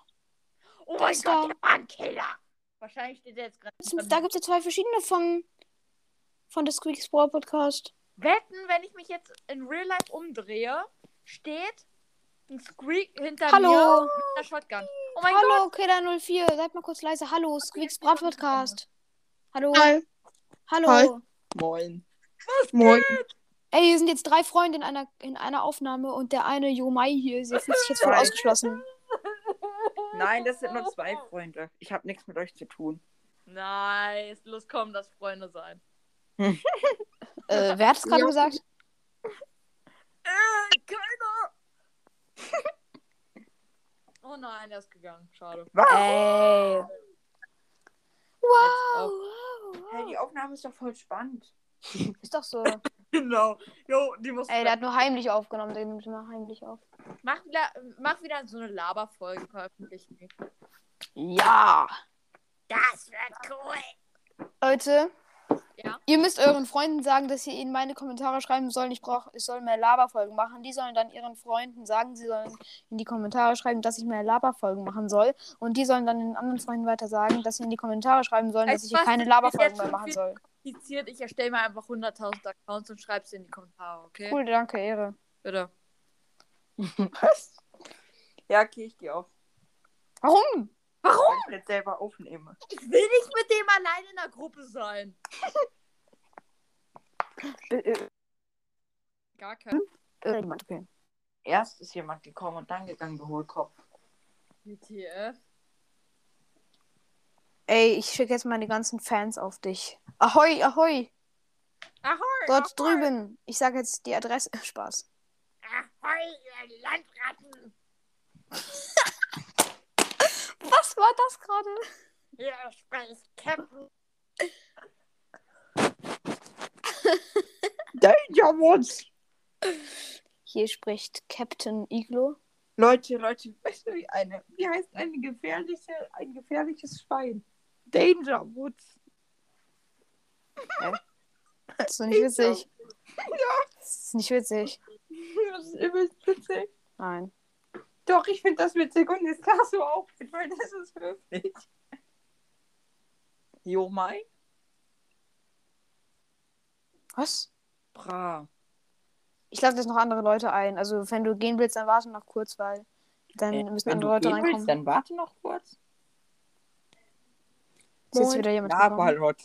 Speaker 5: Oh mein
Speaker 2: ist
Speaker 5: Gott,
Speaker 2: da.
Speaker 5: der war ein Killer. Wahrscheinlich steht er jetzt gerade.
Speaker 2: Da gibt es ja zwei verschiedene von, von der Squeaks Brawl Podcast.
Speaker 5: Wetten, wenn ich mich jetzt in Real Life umdrehe, steht ein Squeak hinter mir
Speaker 2: Hallo.
Speaker 5: mit einer Shotgun. Oh mein
Speaker 2: Hallo, Killer 04. Seid mal kurz leise. Hallo, Squeaks Brawl Podcast. Hallo.
Speaker 11: Hi.
Speaker 2: Hallo.
Speaker 11: Hi.
Speaker 3: Moin.
Speaker 11: Moin.
Speaker 2: Ey, hier sind jetzt drei Freunde in einer, in einer Aufnahme und der eine Jomai hier, sie fühlt sich jetzt voll
Speaker 3: Nein.
Speaker 2: ausgeschlossen.
Speaker 5: Gott.
Speaker 3: Nein, das sind nur zwei Freunde. Ich habe nichts mit euch zu tun.
Speaker 5: Nice. Los, komm, das Freunde sein.
Speaker 2: Äh, wer hat es gerade
Speaker 11: Ja.
Speaker 2: gesagt?
Speaker 5: Äh, keiner. oh nein, er ist gegangen. Schade.
Speaker 3: Was?
Speaker 2: Ey. Wow.
Speaker 3: Hey, die Aufnahme ist doch voll spannend.
Speaker 2: Ist doch so.
Speaker 3: Genau. Jo, die muss.
Speaker 2: Ey, der hat nur heimlich aufgenommen. Der nimmt immer heimlich auf.
Speaker 5: Mach wieder, mach wieder so eine Laberfolge veröffentlichen.
Speaker 2: Ja.
Speaker 5: Das wird cool.
Speaker 2: Leute.
Speaker 5: Ja?
Speaker 2: Ihr müsst euren Freunden sagen, dass sie ihnen meine Kommentare schreiben sollen. Ich brauche, ich soll mehr Laberfolgen machen. Die sollen dann ihren Freunden sagen, sie sollen in die Kommentare schreiben, dass ich mehr Laberfolgen machen soll. Und die sollen dann den anderen Freunden weiter sagen, dass sie in die Kommentare schreiben sollen,
Speaker 5: Weißt
Speaker 2: dass
Speaker 5: du
Speaker 2: ich
Speaker 5: was,
Speaker 2: keine
Speaker 5: das ist
Speaker 2: Laberfolgen
Speaker 5: jetzt
Speaker 2: mehr
Speaker 5: schon
Speaker 2: machen
Speaker 5: viel-
Speaker 2: soll.
Speaker 5: Skizziert, ich erstelle mir einfach 100.000 Accounts und schreib's in die Kommentare, okay?
Speaker 2: Cool, danke, Ehre.
Speaker 5: Bitte.
Speaker 3: Was? Ja, okay, ich geh auf.
Speaker 2: Warum?
Speaker 3: Warum? Weil ich nicht selber aufnehme.
Speaker 5: Ich will nicht mit dem allein in der Gruppe sein. Gar kein.
Speaker 1: Hm?
Speaker 2: Irgendjemand, okay.
Speaker 3: Erst ist jemand gekommen und dann gegangen, der Hohlkopf.
Speaker 5: WTF.
Speaker 2: Ey, ich schicke jetzt meine ganzen Fans auf dich. Ahoi, ahoi.
Speaker 5: Ahoi,
Speaker 2: Dort drüben. Ich sage jetzt die Adresse. [LAUGHS] Spaß.
Speaker 5: Ahoi, ihr Landratten.
Speaker 2: [LAUGHS] Was war das gerade?
Speaker 5: Ihr sprecht Captain.
Speaker 3: Danger Woods!
Speaker 2: Hier spricht Captain Iglo.
Speaker 3: Leute, Leute, weißt du, wie eine, wie heißt eine gefährliche, ein gefährliches Schwein? Danger Woods.
Speaker 2: Das ist doch nicht witzig. Ja. Das ist nicht witzig.
Speaker 3: [LAUGHS] Das ist übelst witzig.
Speaker 2: Nein.
Speaker 3: Doch, ich finde das witzig und jetzt darfst du auch mit, weil das ist höflich. Jo, Mai?
Speaker 2: Was?
Speaker 3: Bra.
Speaker 2: Ich lade jetzt noch andere Leute ein. Also, wenn du gehen willst, dann warte noch kurz, weil dann
Speaker 3: Äh,
Speaker 2: müssen
Speaker 3: Wenn du
Speaker 2: andere Leute
Speaker 3: gehen willst,
Speaker 2: reinkommen.
Speaker 3: dann warte noch kurz.
Speaker 2: Ist jetzt wieder jemand
Speaker 3: Ja,
Speaker 2: gekommen.
Speaker 3: Ballot.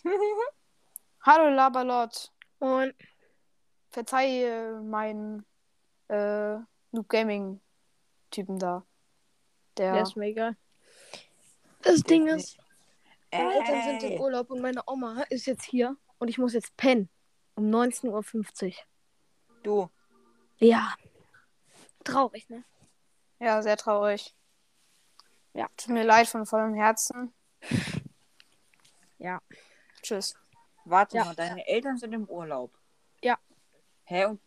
Speaker 2: [LAUGHS] Hallo, Labalot.
Speaker 10: Und
Speaker 2: Verzeihe meinen äh, Noob Gaming-Typen da. Der.
Speaker 10: das ist mega. Das Ding ist, Meine Eltern sind
Speaker 3: Ey.
Speaker 10: im Urlaub und meine Oma ist jetzt hier und ich muss jetzt pennen. Um 19.50 Uhr.
Speaker 3: Du,
Speaker 10: Ja. Traurig, ne?
Speaker 2: Ja, sehr traurig. Ja, tut mir leid von vollem Herzen.
Speaker 10: Ja.
Speaker 2: Tschüss.
Speaker 3: warte
Speaker 10: Ja.
Speaker 3: mal, deine Eltern sind im Urlaub.
Speaker 10: Ja.
Speaker 3: Hä, und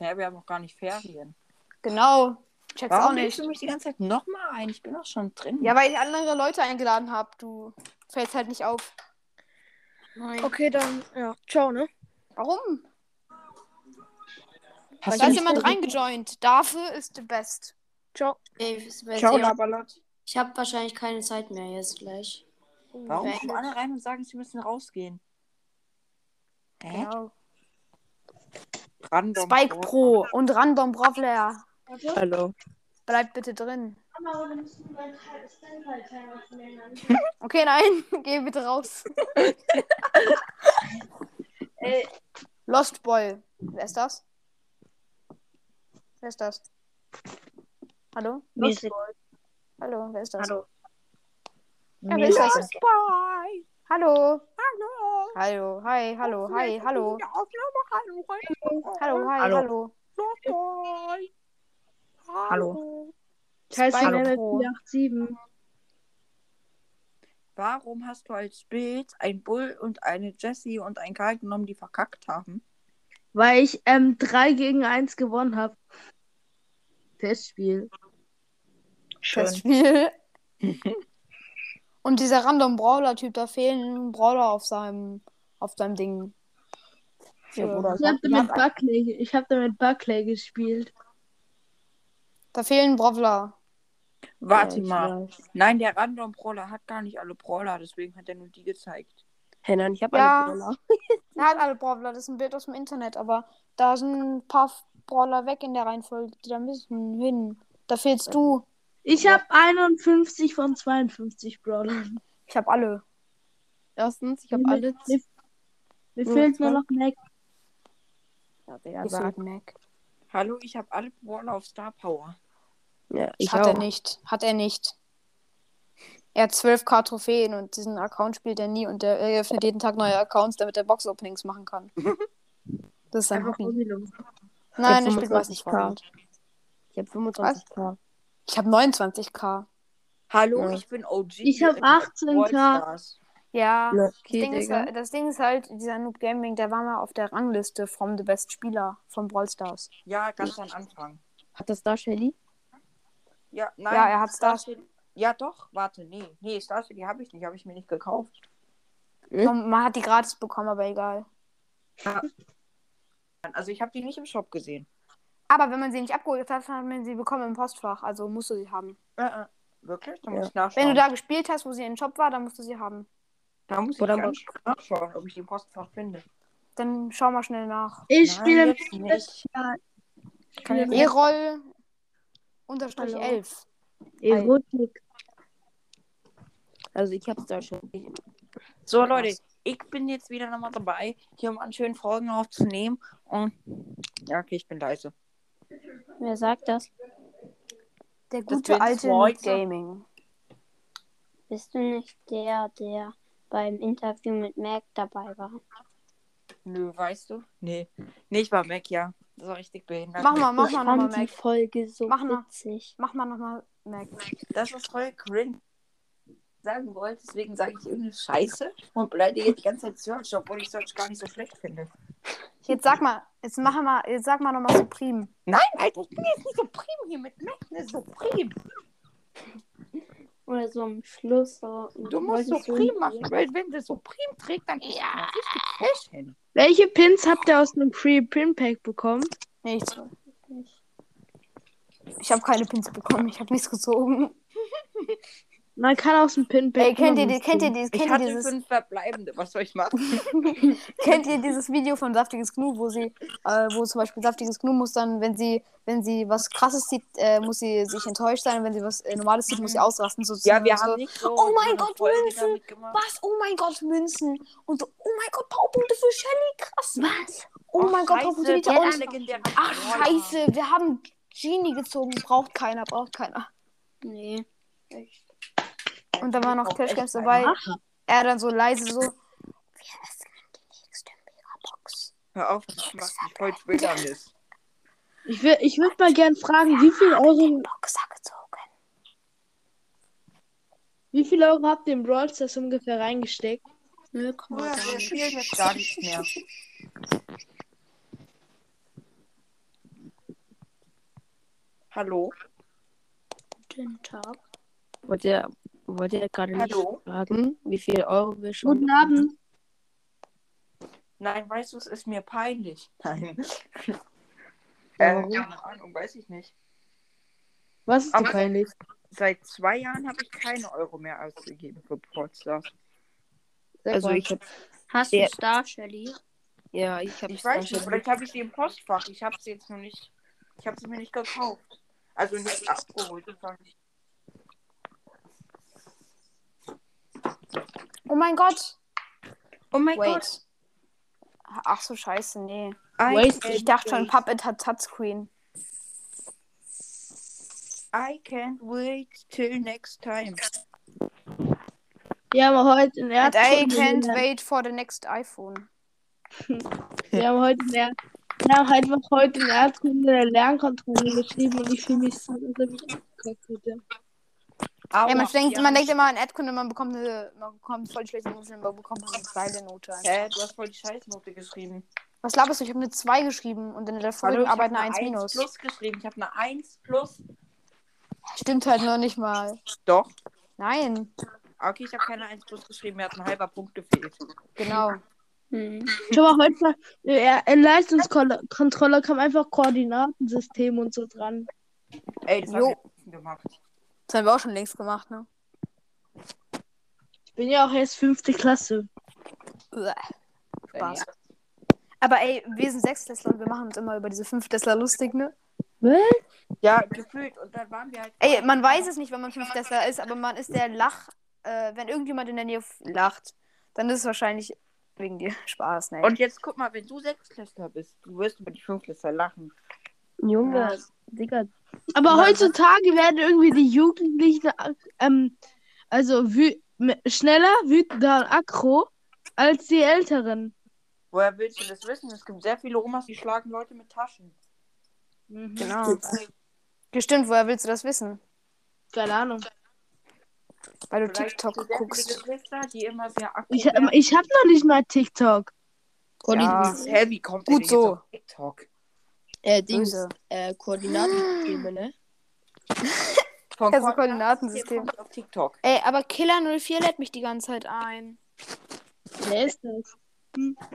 Speaker 3: hä, wir haben noch gar nicht Ferien.
Speaker 2: Genau. Ich hab's auch
Speaker 3: Warum
Speaker 2: nicht.
Speaker 3: legst du mich die ganze Zeit nochmal ein? Ich bin doch schon drin.
Speaker 2: Ja, weil ich andere Leute eingeladen habe. Du fällst halt nicht auf. Nein.
Speaker 10: Okay, dann, ja. Ciao, ne?
Speaker 2: Warum?
Speaker 3: Hast
Speaker 2: Da
Speaker 3: du
Speaker 2: ist jemand reingejoint. Dafür ist the best.
Speaker 10: Ciao.
Speaker 3: Ciao, Labalot.
Speaker 12: Ich habe wahrscheinlich keine Zeit mehr jetzt gleich.
Speaker 3: Warum kommen alle rein und sagen, sie müssen rausgehen? Hä?
Speaker 2: Genau.
Speaker 3: Random
Speaker 2: Spike Pro und Random Brawler.
Speaker 3: Hallo.
Speaker 2: Bleibt bitte drin. Okay, nein. [LAUGHS] Geh bitte raus. Lost Boy. Wer ist das? Wer ist das? Hallo?
Speaker 10: Mir
Speaker 2: Lost
Speaker 10: ist-
Speaker 2: Boy. Hallo, wer ist das?
Speaker 10: Hallo.
Speaker 2: Ja, wer ist das?
Speaker 3: Bye.
Speaker 2: Hallo.
Speaker 3: Hallo.
Speaker 2: Hallo, hi,
Speaker 1: Oh,
Speaker 2: hallo, hi, hallo. Hallo, hi,
Speaker 10: Hallo.
Speaker 2: hallo.
Speaker 3: Hallo.
Speaker 10: Scheiße,
Speaker 2: Spike
Speaker 10: Level
Speaker 2: Pro.
Speaker 10: 487.
Speaker 3: Warum hast du als Bild ein Bull und eine Jessie und ein Karl genommen, die verkackt haben?
Speaker 10: Weil ich ähm, 3 gegen 1 gewonnen habe. Festspiel.
Speaker 2: Das Spiel. [LAUGHS] Und dieser random Brawler-Typ, da fehlen Brawler auf seinem, auf seinem Ding. Für,
Speaker 10: Ich habe damit Buckley, ich hab damit Buckley gespielt.
Speaker 2: da fehlen Brawler.
Speaker 3: Warte mal. Nein, der Random Brawler hat gar nicht alle Brawler, deswegen hat er nur die gezeigt.
Speaker 12: Hey, nein, ich habe
Speaker 2: Ja.
Speaker 12: eine Brille.
Speaker 2: Er hat alle Brawler, das ist ein Bild aus dem Internet, aber da sind ein paar Brawler weg in der Reihenfolge, die da müssen hin. Da fehlst du.
Speaker 10: Ich habe 51 von 52 Brawlern.
Speaker 2: Ich hab alle.
Speaker 12: Erstens, ich habe
Speaker 10: Mir-
Speaker 12: alle.
Speaker 10: Mir, mir
Speaker 12: Ja,
Speaker 10: fehlt nur
Speaker 12: zwei.
Speaker 10: noch Mac.
Speaker 12: Ja, Digga,
Speaker 2: Hier
Speaker 12: sag.
Speaker 2: fehlt Mac.
Speaker 3: Hallo, ich habe alle Brawler auf Star Power.
Speaker 12: Ja,
Speaker 2: Das
Speaker 12: ich
Speaker 2: hat
Speaker 12: auch.
Speaker 2: er nicht. Hat er nicht. Er hat 12k Trophäen und diesen Account spielt er nie und er er öffnet jeden Tag neue Accounts, damit er Box-Openings machen [LAUGHS] kann. Das ist sein
Speaker 10: Einfach
Speaker 2: Hobby.
Speaker 10: Odilon.
Speaker 2: Nein,
Speaker 12: Jetzt
Speaker 2: ich spiele meistens
Speaker 12: 25K.
Speaker 2: Fortnite.
Speaker 12: Ich habe 25k.
Speaker 2: Ich habe 29k.
Speaker 3: Hallo,
Speaker 12: Ja.
Speaker 3: ich bin OG.
Speaker 10: Ich hab
Speaker 3: in
Speaker 10: 18K.
Speaker 3: Brawl Stars.
Speaker 2: Ja,
Speaker 12: Na,
Speaker 2: das,
Speaker 12: okay,
Speaker 2: Ding ist,
Speaker 12: Digga.
Speaker 2: halt- das Ding ist halt, dieser Noob Gaming, der war mal auf der Rangliste vom The Best Spieler von Brawl Stars.
Speaker 3: Ja, ganz am Anfang.
Speaker 12: Hat das da Shelly?
Speaker 3: Ja, nein.
Speaker 2: Ja, er hat
Speaker 3: Star City- Ja, doch, warte, nee. Nee, Star City habe ich nicht, habe ich mir nicht gekauft.
Speaker 2: Hm? Man man hat die gratis bekommen, aber egal.
Speaker 3: Also ich habe die nicht im Shop gesehen.
Speaker 2: Aber wenn man sie nicht abgeholt hat, hat man sie bekommen im Postfach. Also musst du sie haben.
Speaker 12: Äh,
Speaker 3: Wirklich? Da
Speaker 2: Ja.
Speaker 3: muss ich nachschauen.
Speaker 2: Wenn du da gespielt hast, wo sie in den Shop war, dann musst du sie haben.
Speaker 3: da muss ich
Speaker 2: Oder
Speaker 3: ganz nachschauen, ob ich die Postfach finde.
Speaker 2: Dann schau mal schnell nach.
Speaker 3: Ich Nein, spiele jetzt mit- nicht.
Speaker 2: Kann
Speaker 3: spiele
Speaker 2: ich-
Speaker 3: mit-
Speaker 2: Erol unterstrich 11.
Speaker 12: Erotik. Also ich hab's da schon.
Speaker 3: So, Leute, ich bin jetzt wieder nochmal dabei, hier um einen schönen Folgen aufzunehmen. Und ja, okay, ich bin leise.
Speaker 12: Wer sagt das?
Speaker 2: Der
Speaker 3: gute bin's alte Noob heute.
Speaker 2: Gaming.
Speaker 13: Bist du nicht der, der beim Interview mit Mac dabei war?
Speaker 3: Nö, weißt du? Nee. Nee, ich war Mac, ja. Das war richtig behindert.
Speaker 2: Mach mal, mach mal nochmal, Mac.
Speaker 13: Folge so
Speaker 2: mach mal, mach mal nochmal, Mac.
Speaker 3: Das ist voll cringe. Sagen wollte, deswegen sage ich irgendeine Scheiße und beleidige die ganze Zeit Search, obwohl ich Search gar nicht so schlecht finde.
Speaker 2: Jetzt sag mal, jetzt mach mal, jetzt sag mal nochmal Supreme.
Speaker 3: Nein, Alter, ich bin jetzt nicht Supreme hier mit Mac, ne? Supreme.
Speaker 13: Oder so am Schluss. So,
Speaker 3: Du musst Supreme machen, weil wenn du Supreme trägst, dann ist ja. richtig Fashion.
Speaker 1: Welche Pins habt ihr aus dem Free Pin Pack bekommen?
Speaker 2: Nichts. Ich habe keine Pins bekommen, ich habe nichts gezogen.
Speaker 1: Man kann aus dem Pin Pack.
Speaker 2: Ey, kennt ihr,
Speaker 1: immer
Speaker 2: die-
Speaker 1: was
Speaker 2: kennt ihr,
Speaker 1: ziehen.
Speaker 2: die-
Speaker 3: Ich
Speaker 2: kennt ihr
Speaker 3: hatte
Speaker 2: dieses
Speaker 3: fünf verbleibende, was soll
Speaker 2: [LAUGHS]
Speaker 3: ich machen?
Speaker 2: Kennt ihr dieses Video von Saftiges Gnu, wo sie, äh, wo zum Beispiel Saftiges Gnu muss dann, wenn sie, wenn sie was krasses sieht, äh, muss sie sich enttäuscht sein und wenn sie was äh, Normales sieht, muss sie ausrasten. So
Speaker 3: Ja, wir
Speaker 2: so,
Speaker 3: haben nicht so-
Speaker 2: Oh mein
Speaker 3: so eine
Speaker 2: Gott,
Speaker 3: Folge
Speaker 2: Münzen!
Speaker 3: damit
Speaker 2: Was? Oh mein Gott, Münzen! Und so, oh mein Gott, Paupunkte für Shelly, krass! Was? Oh
Speaker 3: Och,
Speaker 2: mein Gott,
Speaker 3: scheiße,
Speaker 2: Paupunkte
Speaker 3: die hat
Speaker 2: Liter
Speaker 3: eine legendäre
Speaker 2: und... Ach,
Speaker 3: Brawler.
Speaker 2: scheiße, wir haben Genie gezogen. Braucht keiner, braucht keiner.
Speaker 13: Nee.
Speaker 2: Und dann war noch Cash Games dabei. Er dann so leise so,
Speaker 3: Hör auf, das macht mich voll triggerndes.
Speaker 1: Ich, wür- ich würde mal gern fragen, wie viel Euro. Wie viel Euro habt ihr in Brawl Stars ungefähr reingesteckt?
Speaker 3: Ja, wir spielen jetzt gar
Speaker 2: [LAUGHS]
Speaker 3: nichts mehr. Hallo?
Speaker 13: Guten Tag.
Speaker 12: Wollt ihr, wollt ihr gerade nicht
Speaker 3: Hallo?
Speaker 12: fragen, wie viel Euro wir schon.
Speaker 1: Guten Abend.
Speaker 3: Nein, weißt du, es ist mir peinlich. [LAUGHS] Nein.
Speaker 1: Warum?
Speaker 3: äh, keine Ahnung, weiß ich nicht.
Speaker 1: Was ist
Speaker 3: Aber-
Speaker 1: dir peinlich?
Speaker 3: Seit zwei Jahren habe ich keine Euro mehr ausgegeben für Potsdam.
Speaker 12: Also ich hab.
Speaker 13: Hast
Speaker 12: Ja.
Speaker 13: du Star Shelly?
Speaker 12: Ja, ich hab.
Speaker 3: Ich weiß nicht, vielleicht habe ich sie im Postfach. Ich habe sie jetzt noch nicht. Ich habe sie mir nicht gekauft. Also nicht abgeholt. ich sag nicht.
Speaker 2: oh mein Gott.
Speaker 3: Oh mein
Speaker 2: Wait.
Speaker 3: Gott.
Speaker 2: Ach so, scheiße, nee.
Speaker 3: I can
Speaker 2: Ich dachte schon,
Speaker 3: wait.
Speaker 2: Puppet hat Touchscreen.
Speaker 3: I can't wait till next time.
Speaker 1: Wir haben heute einen
Speaker 2: And I can't
Speaker 1: Erdkundelehrer.
Speaker 2: wait for the next iPhone.
Speaker 1: Wir haben heute einen Erd- wir haben einfach heute einen Erdkunde der Lernkontrolle geschrieben und ich fühle mich so, als ob ich abgekackt hätte.
Speaker 2: ja, man, denkt, man denkt immer an Adkunde, man bekommt eine, man bekommt voll die schlechte Note, man bekommt eine zweite Note.
Speaker 3: Hä, du hast voll die Scheißnote geschrieben.
Speaker 2: Was laberst du? Ich habe eine 2 geschrieben und in der
Speaker 3: Hallo,
Speaker 2: vorigen
Speaker 3: ich habe
Speaker 2: Arbeit eine
Speaker 3: eine
Speaker 2: 1
Speaker 3: 1
Speaker 2: minus.
Speaker 3: plus geschrieben. Ich habe eine 1 plus.
Speaker 2: Stimmt halt noch nicht mal.
Speaker 3: Doch.
Speaker 2: Nein,
Speaker 3: Okay, ich habe keine 1 plus geschrieben. Mir hat ein halber Punkt gefehlt.
Speaker 2: genau.
Speaker 1: Schau mal, heute mal, äh, in Leistungskontrolle kam einfach Koordinatensystem und so dran.
Speaker 3: Ey, das
Speaker 1: Jo.
Speaker 3: haben wir gemacht.
Speaker 2: Das haben wir auch schon längst gemacht, ne?
Speaker 1: Ich bin ja auch erst fünfte Klasse.
Speaker 2: Uah. Spaß. Aber ey, wir sind Sechstklässler und wir machen uns immer über diese Fünftklässler lustig, ne?
Speaker 3: Ja, gefühlt. Und dann waren wir halt.
Speaker 2: Ey, man weiß es nicht, wenn man Fünftklässler ist, aber man ist der Lach. Äh, wenn irgendjemand in der Nähe f- lacht, dann ist es wahrscheinlich wegen dir [LAUGHS] Spaß, ne?
Speaker 3: Und jetzt guck mal, wenn du Sechsklässler bist, du wirst über die Fünftklässler lachen.
Speaker 12: Junge, Digga.
Speaker 1: Aber heutzutage werden irgendwie die Jugendlichen ähm, also wü m- schneller, wütender und aggro als die Älteren.
Speaker 3: Woher willst du das wissen? Es gibt sehr viele Omas, die schlagen Leute mit Taschen. [LAUGHS]
Speaker 2: Genau. Gestimmt, woher willst du das wissen?
Speaker 1: Keine Ahnung.
Speaker 2: Weil du
Speaker 3: Vielleicht
Speaker 2: TikTok
Speaker 3: die sehr viele
Speaker 2: guckst.
Speaker 3: Geschwister, die immer sehr aktiv
Speaker 1: Ich, ich habe noch nicht mal TikTok.
Speaker 3: Conny,
Speaker 1: Ja.
Speaker 3: dieses Hä, wie kommt
Speaker 1: Gut
Speaker 3: denn
Speaker 1: so.
Speaker 3: Jetzt auf TikTok?
Speaker 14: Äh, Dings.
Speaker 3: Böse.
Speaker 14: Äh, Koordinatensysteme, ne?
Speaker 2: [LAUGHS]
Speaker 3: Von
Speaker 2: Also Koordinatensystem.
Speaker 3: Auf TikTok.
Speaker 2: Ey, aber Killer04 lädt mich die ganze Zeit ein.
Speaker 1: Wer ist das?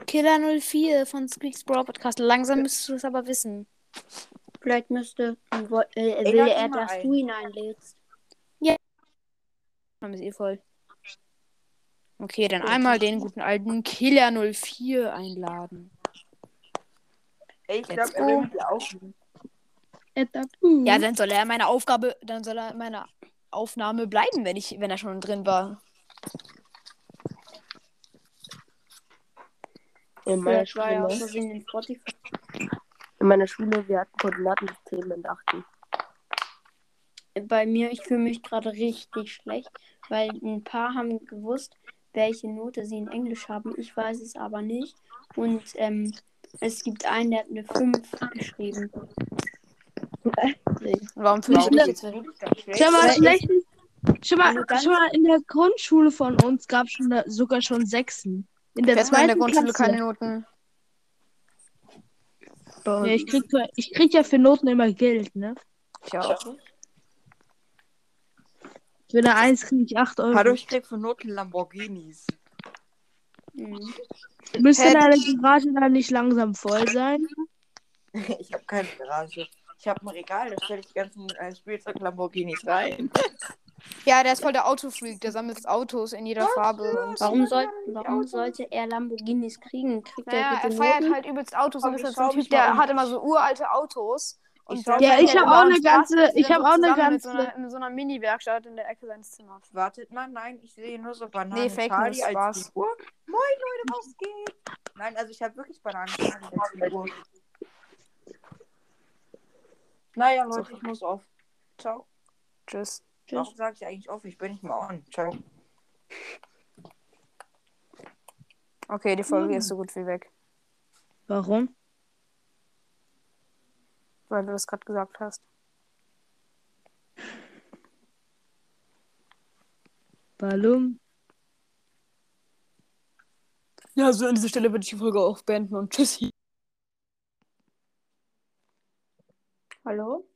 Speaker 2: Killer04 von Squeaks Bro Podcast. Langsam müsstest du es aber wissen.
Speaker 6: Vielleicht müsste, wo- äh,
Speaker 2: Ey,
Speaker 6: will
Speaker 2: lad
Speaker 6: er,
Speaker 2: ihn mal
Speaker 6: dass
Speaker 2: ein.
Speaker 6: du ihn einlädst.
Speaker 2: Ja. Name ist eh voll. Okay, dann einmal den guten alten Killer04 einladen.
Speaker 3: Ey, ich
Speaker 2: Let's
Speaker 3: glaube, er will
Speaker 2: go.
Speaker 3: mit dir auch.
Speaker 6: Mhm.
Speaker 2: Ja, dann soll er meine Aufgabe, dann soll er in meiner Aufnahme bleiben, wenn ich, wenn er schon drin war.
Speaker 14: In meiner,
Speaker 6: Vielleicht war
Speaker 14: Schule,
Speaker 6: er auch so wie in den Spotify.
Speaker 14: in meiner Schule, wir hatten Koordinatensysteme in 8.
Speaker 6: Bei mir, ich fühle mich gerade richtig schlecht, weil ein paar haben gewusst, welche Note sie in Englisch haben. Ich weiß es aber nicht. Und ähm, es gibt einen, der hat eine 5 geschrieben.
Speaker 2: Warum
Speaker 1: fühlst du dich jetzt Schon mal, schlecht, schon mal,
Speaker 6: Wenn du ganz-
Speaker 1: schon mal in der Grundschule von uns gab es schon da, sogar schon Sechsen. In der
Speaker 2: Jetzt mal in der
Speaker 1: zweiten
Speaker 2: Grundschule
Speaker 1: Klasse.
Speaker 2: keine Noten.
Speaker 1: Ja, ich, krieg, ich krieg ja für Noten immer Geld, ne?
Speaker 2: Ich auch.
Speaker 1: Für eine Eins krieg ich 8 Euro.
Speaker 3: Hallo, ich krieg von Noten Lamborghinis. [LAUGHS]
Speaker 6: Mhm.
Speaker 1: Müsste
Speaker 3: Hätte-
Speaker 1: deine Garage dann nicht langsam voll sein?
Speaker 3: Ich habe keine Garage. Ich habe ein Regal, da stelle ich die ganzen äh, Spielzeug Lamborghinis rein.
Speaker 2: Ja, der ist voll der Autofreak, der sammelt Autos in jeder Farbe. Und
Speaker 6: Warum, soll, warum sollte er Lamborghinis kriegen? Kriegt
Speaker 2: Naja,
Speaker 6: er
Speaker 2: er
Speaker 6: bitte
Speaker 2: feiert
Speaker 6: Noten?
Speaker 2: halt übelst Autos und
Speaker 6: Aber
Speaker 2: ist
Speaker 6: ich
Speaker 2: halt so ein
Speaker 6: schau mich
Speaker 2: Typ, der
Speaker 6: mal um.
Speaker 2: hat immer so uralte Autos. Und halt dann
Speaker 1: Ja,
Speaker 2: fährt
Speaker 1: ich
Speaker 2: er
Speaker 1: hab
Speaker 2: über
Speaker 1: auch eine
Speaker 2: die Straße
Speaker 1: ganze-
Speaker 2: und zieht
Speaker 1: ich hab
Speaker 2: dann
Speaker 1: auch eine
Speaker 2: zusammen mit
Speaker 1: ganze-
Speaker 2: So einer, in so einer Mini-Werkstatt in der Ecke seines Zimmers.
Speaker 3: Wartet mal, nein, ich sehe nur so Bananen
Speaker 2: Nee, Fake
Speaker 3: Charlie
Speaker 2: News,
Speaker 3: als
Speaker 2: Spaß.
Speaker 3: Figur. Moin Leute, was geht? Nein, also ich habe wirklich Bananen Charlie als Figur. Naja, Leute, ich muss auf. Ciao.
Speaker 2: Tschüss.
Speaker 3: Warum sage ich eigentlich auf? Ich bin nicht mal on. Ciao.
Speaker 2: Okay, die Folge ist so gut wie weg,
Speaker 1: Warum?
Speaker 2: weil du das gerade gesagt hast.
Speaker 1: Warum?
Speaker 2: Ja, so an dieser Stelle würde ich die Folge auch beenden und tschüssi.
Speaker 6: Hallo?